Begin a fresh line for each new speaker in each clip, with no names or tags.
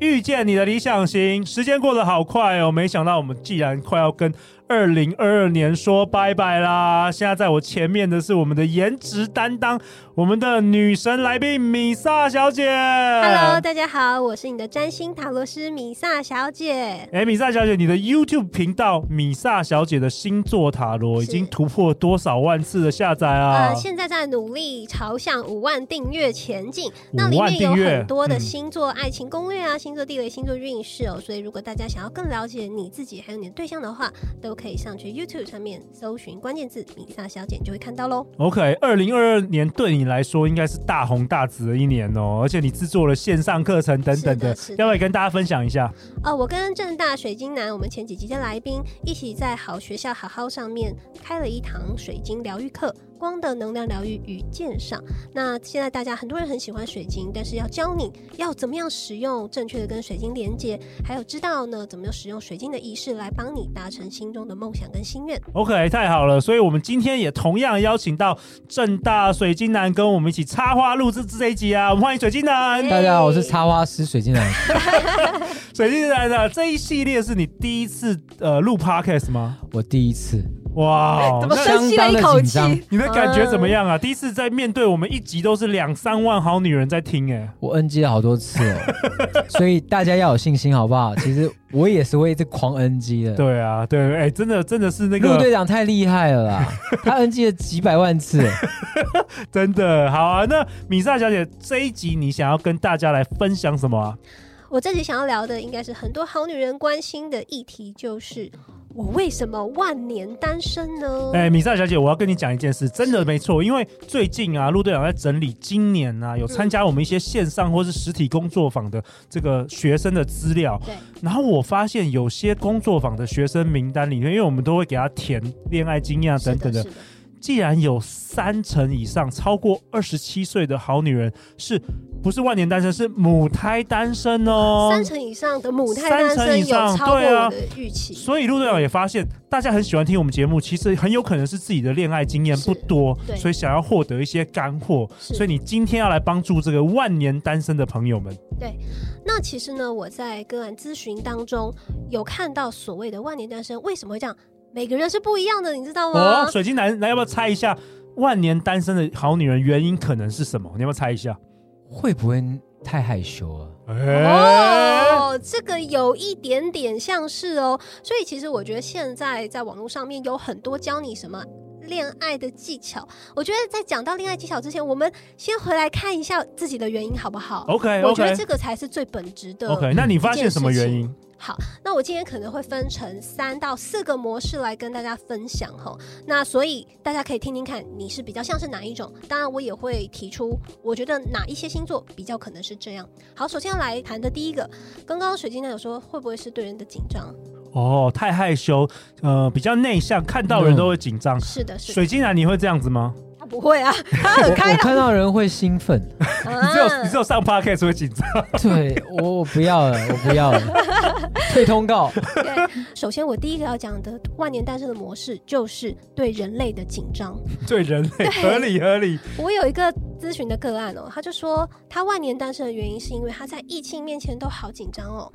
遇见你的理想型。时间过得好快哦，没想到我们既然快要跟二零二二年说拜拜啦！现在在我前面的是我们的颜值担当，我们的女神来宾米萨小姐。
Hello，大家好，我是你的占星塔罗师米萨小姐。
哎，米萨小姐，你的 YouTube 频道米萨小姐的星座塔罗已
是
经突破多少万次的下载啊？
呃，现在在努力朝向五万订阅前进。那
5
里
万
面有
订阅
很多的
嗯
星座爱情攻略啊、星座地雷、星座运势哦。所以如果大家想要更了解你自己还有你的对象的话，都可以上去 YouTube 上面搜寻关键字“米萨小姐”，你就会看到喽。
OK，二零二二年对你来说应该是大红大紫的一年哦，而且你制作了线上课程等等的，
是的是的
要不要也跟大家分享一下？
哦，我跟正大水晶男，我们前几集的来宾一起在好学校好好上面开了一堂水晶疗愈课，光的能量疗愈与鉴赏。那现在大家很多人很喜欢水晶，但是要教你要怎么样使用，正确的跟水晶连接，还有知道呢怎么样使用水晶的仪式来帮你达成心中的梦想跟心愿。
OK，太好了！所以我们今天也同样邀请到正大水晶男跟我们一起插花录制这一集啊，我们欢迎水晶男。
耶
大家好，我是插花师水晶 男。
水晶男啊，这一系列是你第一次呃录 Podcast 吗？
我第一次，
哇，
怎么呃
那
深吸了一口气
相当的紧
你的感觉怎么样啊？第一次在面对我们一集都是两三万好女人在听、哎。
我 NG 了好多次 哦，所以大家要有信心好不好？其实我也是会一直狂 NG 的。
对啊，对，哎、真的，真的是那
陆
个
队长太厉害了啦， 他 NG 了几百万次。
真的好啊！那米莎小姐这一集你想要跟大家来分享什么啊？
我这集想要聊的应该是很多好女人关心的议题，就是我为什么万年单身呢？
哎、米莎小姐，我要跟你讲一件事，真的没错，因为最近啊，陆队长在整理今年
嗯
啊有参加我们一些线上或是实体工作坊的这个学生的资料，
对。
然后我发现有些工作坊的学生名单里面，因为我们都会给他填恋爱经验啊等等的，
是的，是的
既然有三成以上超过二十七岁的好女人是。不是万年单身，是母胎单身哦。
三成以上的母胎
三
单
成
身
以
有
上
超过
对啊
我的预期，
所以陆队长也发现，大家很喜欢听我们节目，其实很有可能是自己的恋爱经验不多
是对，
所以想要获得一些干货。
是
所以你今天要来帮助这个万年单身的朋友们。
那其实呢，我在个案咨询当中有看到所谓的万年单身为什么会这样，每个人是不一样的，你知道吗？
哦，水晶男，来要不要猜一下万年单身的好女人原因可能是什么？你要不要猜一下？
会不会太害羞啊了？
哎，
哦，这个有一点点像是哦，所以其实我觉得现在在网络上面有很多教你什么。恋爱的技巧，我觉得在讲到恋爱技巧之前，我们先回来看一下自己的原因好不好
哦 OK，
我觉得
OK
这个才是最本质的
OK，那你发现什么原
一件
因？
好，那我今天可能会分成三到四个模式来跟大家分享哈。那所以大家可以听听看，你是比较像是哪一种？当然，我也会提出，我觉得哪一些星座比较可能是这样。好，首先要来谈的第一个，刚刚水晶男有说会不会是对人的紧张？
哦，太害羞，呃，比较内向，看到人都会紧张。
是的，是的，
水晶男，你会这样子吗？
他不会啊，他
我
很开
我看到人会兴奋，
朗。
你只有你只有上 podcast 会紧张。
对我我不要了，我不要了，退通告。
首先，我第一个要讲的万年单身的模式就是对人类的紧张。
对人类合理合理。
我有一个咨询的个案哦，他就说他万年单身的原因是因为他在疫情面前都好紧张哦，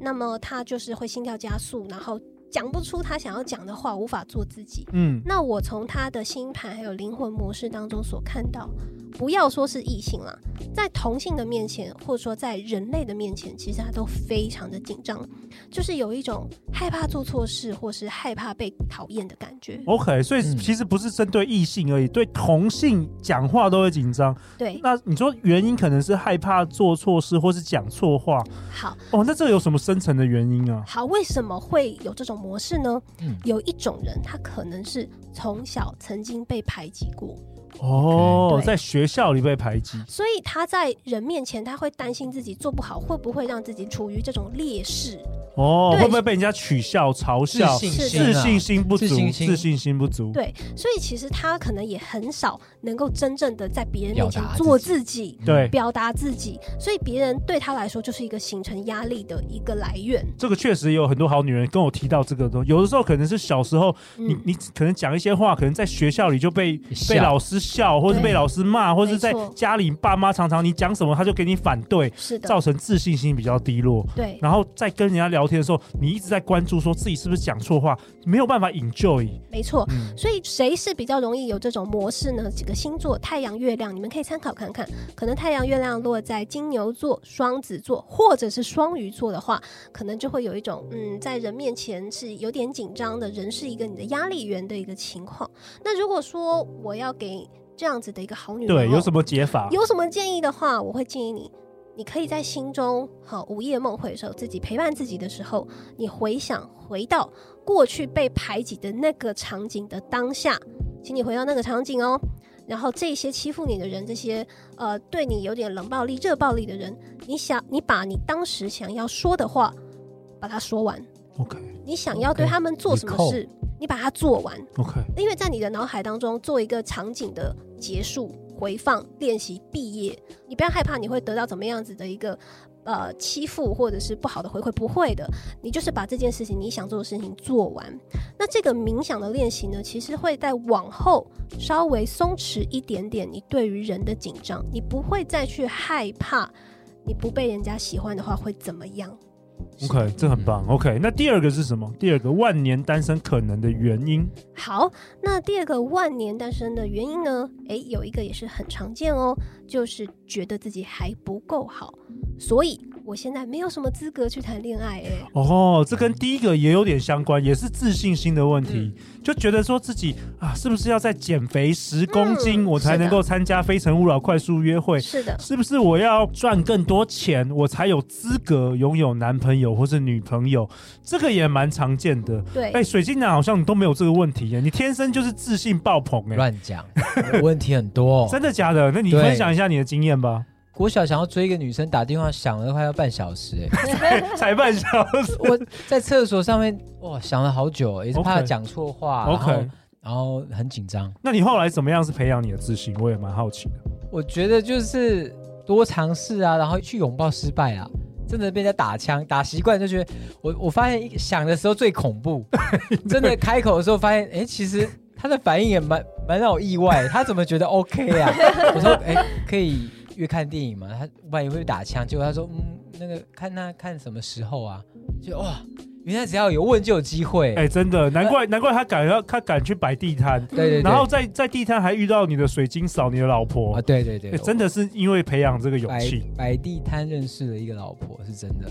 那么他就是会心跳加速，然后讲不出他想要讲的话，无法做自己。
嗯，
那我从他的星盘还有灵魂模式当中所看到，不要说是异性啦，在同性的面前，或者说在人类的面前，其实他都非常的紧张，就是有一种害怕做错事，或是害怕被讨厌的感觉。
OK，所以
嗯
其实不是针对异性而已，对同性讲话都会紧张。
对，
那你说原因可能是害怕做错事或是讲错话
好。
哦，那这有什么深层的原因啊？
好，为什么会有这种模式呢？
嗯
有一种人，他可能是从小曾经被排挤过，
哦，
对
在学校里被排挤。
所以他在人面前，他会担心自己做不好，会不会让自己处于这种劣势。
哦，
对
会不会被人家取笑、嘲
自
笑？
信
是
心啊
自信心不足，
自信心
自信心不足。
对，所以其实他可能也很少能够真正的在别人面前
表达自己
做自己，
对，
表达自己，所以别人对他来说就是一个形成压力的一个来源。
这个确实有很多好女人跟我提到这个东西，有的时候可能是小时候你、
嗯
你可能讲一些话，可能在学校里就被
笑
被老师笑，或是
对
被老师骂，或是在
没错
家里爸妈常常你讲什么他就给你反对，
是的
造，成自信心比较低落。
对，
然后在跟人家聊天的时候，你一直在关注说自己是不是讲错话，没有办法 enjoy。
没错。
嗯，
所以谁是比较容易有这种模式呢？几个星座，太阳、月亮，你们可以参考看看。可能太阳、月亮落在金牛座、双子座或者是双鱼座的话，可能就会有一种嗯，在人面前是有点紧张的，人是一个你的压力源的一个情况。那如果说我要给这样子的一个好女人哦，
对，有什么解法？
有什么建议的话，我会建议你，你可以在心中好午夜梦回的时候，自己陪伴自己的时候，你回想回到过去被排挤的那个场景的当下，请你回到那个场景哦。然后这些欺负你的人，这些呃对你有点冷暴力、热暴力的人，你想你把你当时想要说的话，把它说完。
OK
你想要对
OK，
他们做什么
你
事你把它做完。
OK，
因为在你的脑海当中做一个场景的结束、回放、练习、毕业，你不要害怕你会得到怎么样子的一个呃欺负或者是不好的回馈，不会的，你就是把这件事情你想做的事情做完。那这个冥想的练习呢，其实会在往后稍微松弛一点点，你对于人的紧张，你不会再去害怕。你不被人家喜欢的话会怎么样？
OK，这很棒。OK，那第二个是什么？第二个万年单身可能的原因，
好，那第二个万年单身的原因呢？诶，有一个也是很常见哦，就是觉得自己还不够好，所以我现在没有什么资格去谈恋爱。诶，
哦，这跟第一个也有点相关，也是自信心的问题，
嗯
就觉得说自己啊，是不是要再减肥十公斤，
嗯
我才
是的
能够参加《非诚勿扰》快速约会？
是的，
是不是我要赚更多钱，我才有资格拥有男朋友或是女朋友？这个也蛮常见的。
对，
哎、水晶男好像你都没有这个问题耶，你天生就是自信爆棚哎，
乱讲，问题很多、
真的假的？那你
对
分享一下你的经 验吧。
国小想要追一个女生，打电话想了快要半小时、欸，
才半小时
我在厕所上面哇想了好久、也是怕
OK
讲错话然
，OK
后。然后很紧张。
那你后来怎么样是培养你的自信？我也蛮好奇的。
我觉得就是多尝试啊，然后去拥抱失败啊。真的被人家打枪打习惯，就觉得我我发现一想的时候最 恐怖，真的开口的时候发现，哎、其实他的反应也蛮蛮让我意外，他怎么觉得 OK 啊？我说，哎、可以约看电影吗？他万一会被打枪，结果他说，嗯，那个看他看什么时候啊？就哇，原来只要有问就有机会，
哎、真的，难怪、难怪他敢要他敢去摆地摊，
对对对，
然后在在地摊还遇到你的水晶嫂，你的老婆，
啊，哎对对对，
哎真的是因为培养这个勇
摆
气。
摆地摊认识了一个老婆，是真的，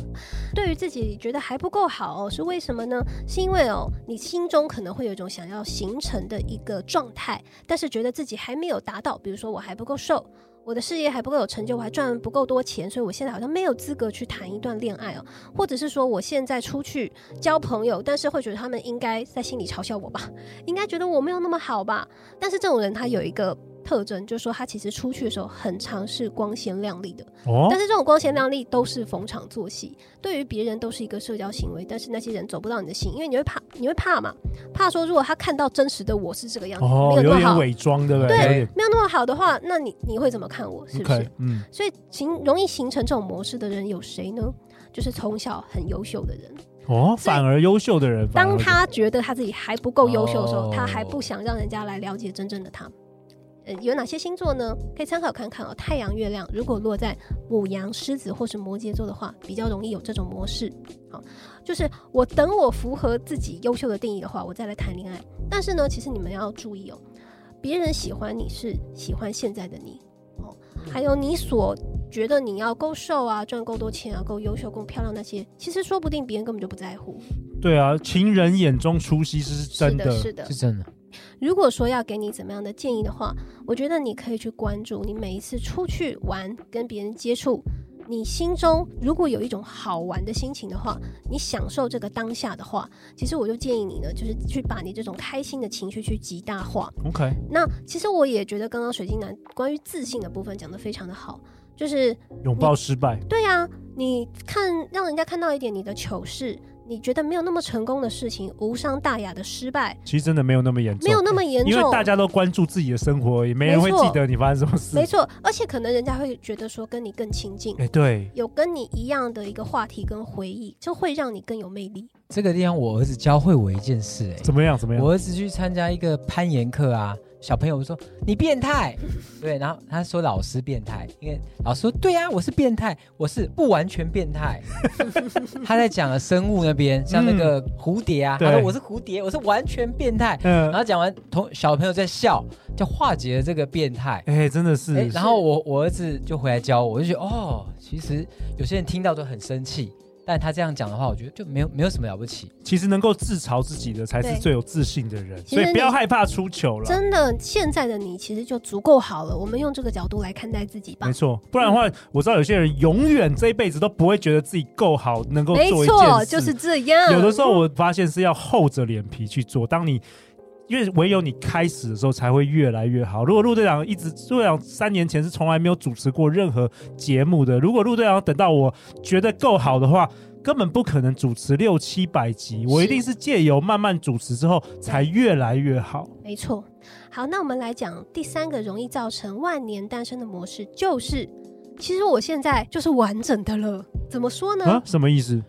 对于自己觉得还不够好、哦，是为什么呢？是因为哦，你心中可能会有一种想要形成的一个状态，但是觉得自己还没有达到，比如说我还不够瘦。我的事业还不够有成就，我还赚不够多钱，所以我现在好像没有资格去谈一段恋爱哦，或者是说我现在出去交朋友，但是会觉得他们应该在心里嘲笑我吧，应该觉得我没有那么好吧。但是这种人他有一个特征，就是说他其实出去的时候很常是光鲜亮丽的，
哦
但，是这种光鲜亮丽都是逢场作戏，对于别人都是一个社交行为，但是那些人走不到你的心，因为你会怕，你会怕嘛，怕说如果他看到真实的我是这个样子，
哦，
没有
有
那么
点
好，
伪装，对不对？有
对
点，
没有那么好的话，那你你会怎么看我？是不是
OK，嗯，
所以形容易形成这种模式的人有谁呢？就是从小很优秀的人，
哦，反而优秀的人，反而
当他觉得他自己还不够优秀的时候，
哦
他还不想让人家来了解真正的他。呃，有哪些星座呢？可以参考看看哦。太阳、月亮如果落在母羊、狮子或是摩羯座的话，比较容易有这种模式。好，就是我等我符合自己优秀的定义的话，我再来谈恋爱。但是呢，其实你们要注意哦，别人喜欢你是喜欢现在的你哦，还有你所觉得你要够瘦啊、赚够多钱啊、够优秀、够漂亮那些，其实说不定别人根本就不在乎。
对啊，情人眼中出西施是真
是的，是的
是。真的。
如果说要给你怎么样的建议的话，我觉得你可以去关注你每一次出去玩、跟别人接触，你心中如果有一种好玩的心情的话，你享受这个当下的话，其实我就建议你呢，就是去把你这种开心的情绪去极大化。
OK，
那其实我也觉得刚刚水晶男关于自信的部分讲得非常的好，就是
拥抱失败，
对啊，你看让人家看到一点你的糗事，你觉得没有那么成功的事情，无伤大雅的失败，
其实真的没有那么严重，
没有那么严重。
因为大家都关注自己的生活而已，没人会
没错
记得你发生什么事。
没错，而且可能人家会觉得说跟你更亲近，
哎、对，
有跟你一样的一个话题跟回忆，就会让你更有魅力。
这个地方我儿子教会我一件事、哎，
怎么样？怎么样？
我儿子去参加一个攀岩课啊，小朋友说你 变态，对，然后他说老师变态，因为老师说对啊，我是变态，我是不完全 变态。他在讲了生物那边，像那个蝴蝶啊，
嗯对
他说我是蝴蝶，我是完全变态。
嗯
然，
啊
后讲完，同小朋友在笑，就化解了这个变态。
哎、真的是，
哎，然后我我儿子就回来教我，我就觉得哦，其实有些人听到都很生气，但他这样讲的话，我觉得就没有没有什么了不起。
其实能够自嘲自己的才是
对
最有自信的人，
其实
所以不要
你
害怕出糗了。
真的，现在的你其实就足够好了。我们用这个角度来看待自己吧
没。错，不然的话，我知道有些人永远这一辈子都不会觉得自己够好，能够
没
做一件
错，
事。
就是这样。
有的时候我发现是要厚着脸皮去做。当你因为唯有你开始的时候，才会越来越好。如果陆队长一直，陆队长三年前是从来没有主持过任何节目的。如果陆队长等到我觉得够好的话，根本不可能主持六七百集。我一定是借由慢慢主持之后，才越来越好。
没错。好，那我们来讲第三个容易造成万年单身的模式，就是其实我现在就是完整的了。怎么说呢？
啊，什么意思？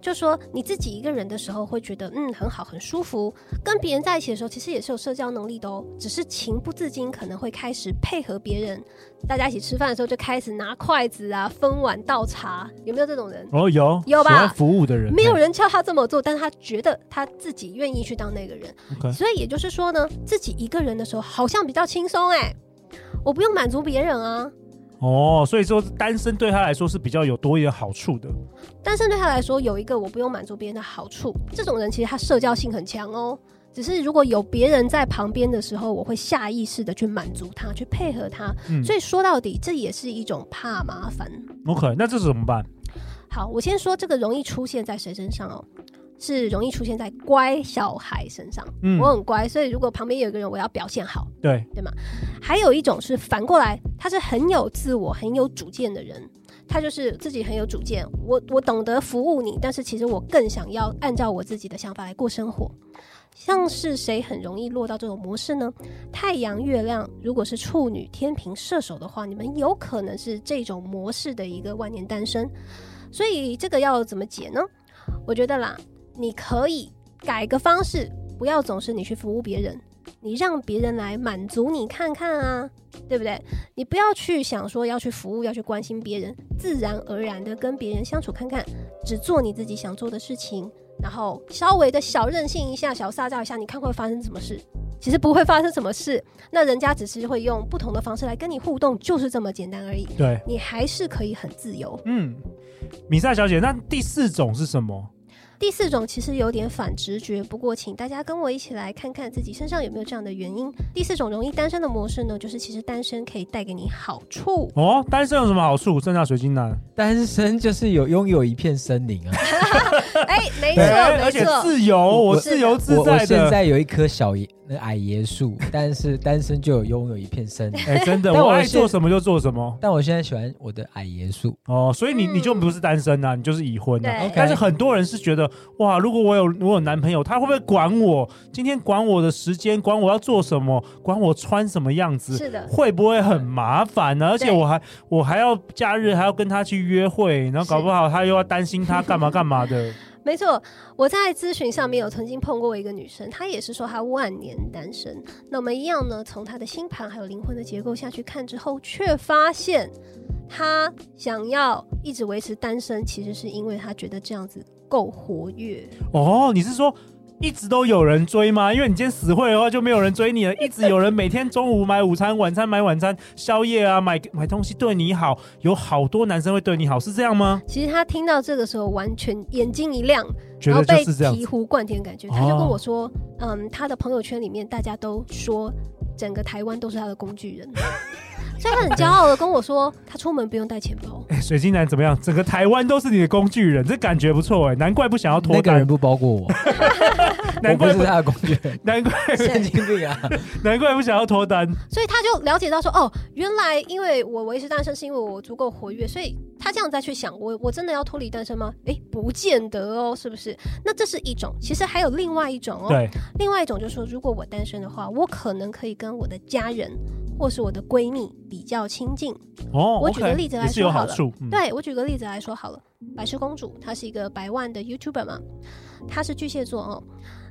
就说你自己一个人的时候会觉得嗯很好很舒服，跟别人在一起的时候其实也是有社交能力的哦，只是情不自禁可能会开始配合别人。大家一起吃饭的时候就开始拿筷子啊、分碗倒茶，有没有这种人？
哦，有
有吧
喜欢服务的人
没有。人叫他这么做，但他觉得他自己愿意去当那个人。
OK
所以也就是说呢，自己一个人的时候好像比较轻松哎、我不用满足别人啊。
哦，所以说单身对他来说是比较有多一点好处的。
单身对他来说有一个我不用满足别人的好处，这种人其实他社交性很强哦。只是如果有别人在旁边的时候，我会下意识的去满足他，去配合他。
嗯
所以说到底，这也是一种怕麻烦。
，OK，那这是怎么办？
好，我先说这个容易出现在谁身上哦？是容易出现在乖小孩身上。
嗯
我很乖，所以如果旁边有一个人，我要表现好。
对，
还有一种是反过来，他是很有自我、很有主见的人，他就是自己很有主见。我我懂得服务你，但是其实我更想要按照我自己的想法来过生活。像是谁很容易落到这种模式呢？太阳、月亮，如果是处女、天平、射手的话，你们有可能是这种模式的一个万年单身。所以这个要怎么解呢？我觉得啦，你可以改个方式，不要总是你去服务别人，你让别人来满足你看看啊，对不对？你不要去想说要去服务，要去关心别人，自然而然的跟别人相处看看，只做你自己想做的事情，然后稍微的小任性一下，小撒娇一下，你看会发生什么事？其实不会发生什么事，那人家只是会用不同的方式来跟你互动，就是这么简单而已。
对，
你还是可以很自由。
嗯，米莎小姐，那第四种是什么？
第四种其实有点反直觉，不过请大家跟我一起来看看自己身上有没有这样的原因。第四种容易单身的模式呢，就是其实单身可以带给你好 处。
哦，单身有什么好处？剩下水晶男，
单身就是有拥有一片 森林啊。
哎、没错
对而
没
且
错，
自由，我
我
自由自
我我
在
现
的。
在有一棵小椰那矮椰树，但是单身就有拥有一片森林。
哎，真的，
但
我
我
爱
现
做什么就做什么。
但我现在喜欢我的矮椰树，
哦，所以你
嗯
你就不是单身啊，你就是已婚啊。
对
OK
但是很多人是觉得，哇，如果我有我有男朋友，他会不会管我？今天管我的时间，管我要做什么，管我穿什么样子，
是的，
会不会很麻烦呢？而且
对
我还我还要假日还要跟他去约会，然后搞不好他又要担心他干嘛干嘛的。
没错。我在咨询上面有曾经碰过一个女生，她也是说她万年单身。那我们一样呢，从她的星盘还有灵魂的结构下去看之后，却发现她想要一直维持单身，其实是因为她觉得这样子够活跃。
哦，你是说一直都有人追吗？因为你今天死会的话，就没有人 追你了。一直有人每天中午买午餐、晚餐买晚餐、宵夜啊，买买东西对你好，有好多男生会对你好，是这样吗？
其实他听到这个时候，完全眼睛一亮，
觉
然后
得
被
就是这样
醍
子。
醐灌顶的感觉。
哦
他就跟我说，嗯，他的朋友圈里面大家都说，整个台湾都是他的工具人。 所以他很骄傲的跟我说，他出门不用带钱 包。
哎，水晶男怎么样？整个台湾都是你的工具人，这感觉不错哎，难怪不想要脱
那个
单
人，不包括我，
难
我不
怪
是
不
他的工具 人，
难怪
神经 病啊！
难怪不想要脱单。
所以他就了解到说，哦，原来因为我维持单身是因为我足够活跃，所以他这样再去想，我我真的要脱离单身吗？诶，不见得哦，是不是？那这是一种，其实还有另外一种哦，
对，
另外一种就是说，如果我单身的话，我可能可以跟我的家人或是我的闺蜜比较亲近。
哦，
我举个
OK，
例子来
也是有
说好
好
了
处。嗯，
对我举个例子来说好了，白雪公主她是一个百万的 YouTuber 嘛，她是巨蟹座哦。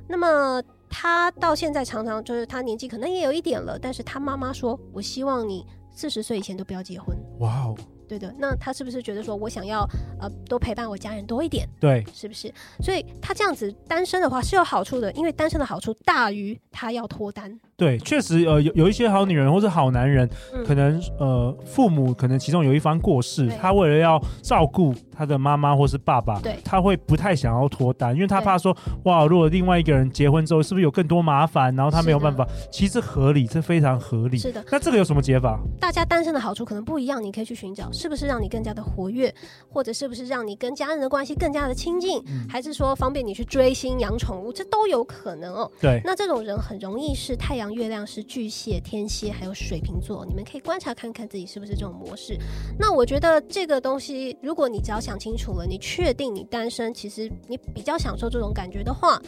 那么她到现在常常就是她年纪可能也有一点了，但是她妈妈说：“我希望你四十岁以前都不要结婚。
哇哦，”
对的，那她是不是觉得说我想要呃多陪伴我家人多一点，
对，
是不是？所以她这样子单身的话是有好处的，因为单身的好处大于她要脱单。
对，确实，呃，有有一些好女人或是好男人，
嗯
可能呃，父母可能其中有一方过世
对，
他为了要照顾他的妈妈或是爸爸，
对
他会不太想要脱单，因为他
对
怕说，哇，如果另外一个人结婚之后，是不是有更多麻烦？然后他
是
没有
的
办法，其实合理，这非常合理。
是的，
那这个有什么解法？
大家单身的好处可能不一样，你可以去寻找，是不是让你更加的活跃，或者是不是让你跟家人的关系更加的亲近，还是说方便你去追星、养宠物，这都有可能哦。
对，
那这种人很容易是太阳、月亮是巨蟹、天蝎，还有水瓶座，你们可以观察看看自己是不是这种模式。那我觉得这个东西，如果你只要想清楚了，你确定你单身，其实你比较享受这种感觉的话。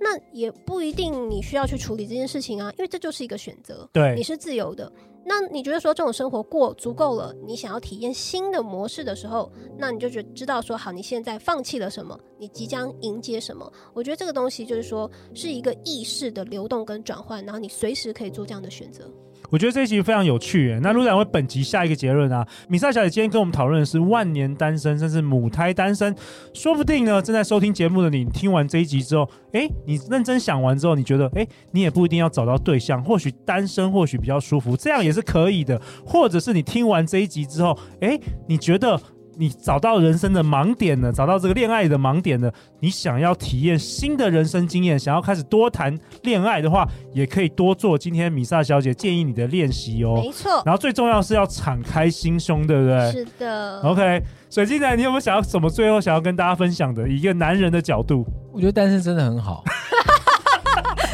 那也不一定，你需要去处理这件事情啊，因为这就是一个选择。你
对，
是自由的。那你觉得说这种生活过足够了，你想要体验新的模式的时候，那你就觉知道说好，你现在放弃了什么，你即将迎接什么。我觉得这个东西就是说是一个意识的流动跟转换，然后你随时可以做这样的选择。
我觉得这一集非常有趣耶。那陆展为本集下一个结论啊，米莎小姐今天跟我们讨论的是万年单身，甚至母胎单身。说不定呢，正在收听节目的你，听完这一集之后，诶，你认真想完之后，你觉得，诶，你也不一定要找到对象，或许单身或许比较舒服，这样也是可以的。或者是你听完这一集之后，诶，你觉得。你找到人生的盲点了，找到这个恋爱的盲点了，你想要体验新的人生经验，想要开始多谈恋爱的话，也可以多做今天米萨小姐建议你的练习哦。哎
没错，
然后最重要是要敞开心胸，对不对？
是的。
OK，水晶男，你有没有想要什么最后想要跟大家分享的？以一个男人的角度，
我觉得单身真的很好，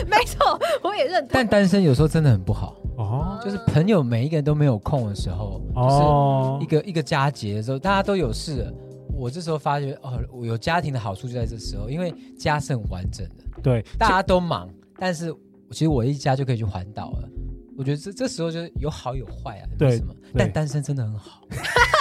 没错，我也认同
但。单身有时候真的很不好，
哦
就是朋友每一个人都没有空的时候，就是
哦
一，个一个佳节的时候，大家都有事了。我这时候发觉，哦，我有家庭的好处就在这时候，因为家是很完整的，
对，
大家都忙，但是其实我一家就可以去环岛了。我觉得这这时候就是有好有坏啊，
对
没什么
对。
但单身真的很好，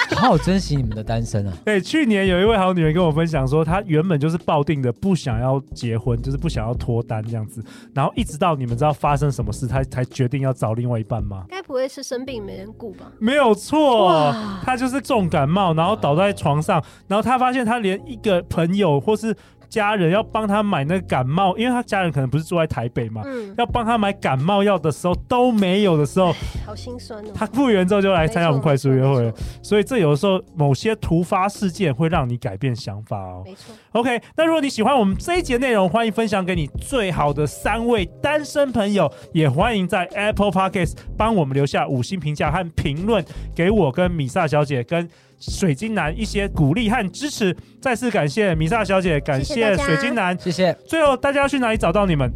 好好珍惜你们的单身啊！
对，去年有一位好女人跟我分享说，她原本就是抱定的不想要结婚，就是不想要脱单这样子，然后一直到你们知道发生什么事，她才决定要找另外一半吗？
该不会是生病没人顾吧？
没有错
哇，
她就是重感冒，然后倒在床上，然后她发现她连一个朋友或是家人要帮她买那个感冒，因为她家人可能不是住在台北嘛，
嗯，
要帮她买感冒药的时候都没有的时候，
好心酸哦。
他复原之后就来
来
参加我们快速约会了。，所以这有的时候某些突发事件会让你改变想法哦。
没错，
OK，那如果你喜欢我们这一节内容，欢迎分享给你最好的三位单身朋友，也欢迎在 Apple Podcast 帮我们留下五星评价和评论，给我跟米萨小姐跟水晶男一些鼓励和支持。再次感谢米萨小姐，感
谢谢
谢
大家
水晶男。
谢谢，
最后，大家要去哪里找到你们？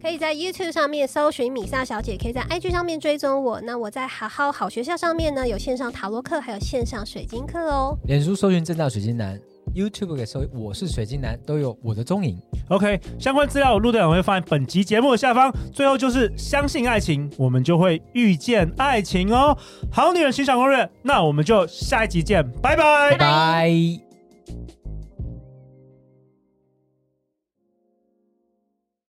可以在 YouTube 上面搜寻米萨小姐，可以在 IG 上面追踪我。那我在好好好学校上面呢，有线上塔罗课，还有线上水晶课哦。
脸书搜寻正道水晶男，YouTube 给搜我是水晶男，都有我的踪影。
OK，相关资料陆队长会放在本集节目的下方。最后就是相信爱情，我们就会遇见爱情哦。好女人欣赏攻略，那我们就下一集见，拜拜
拜拜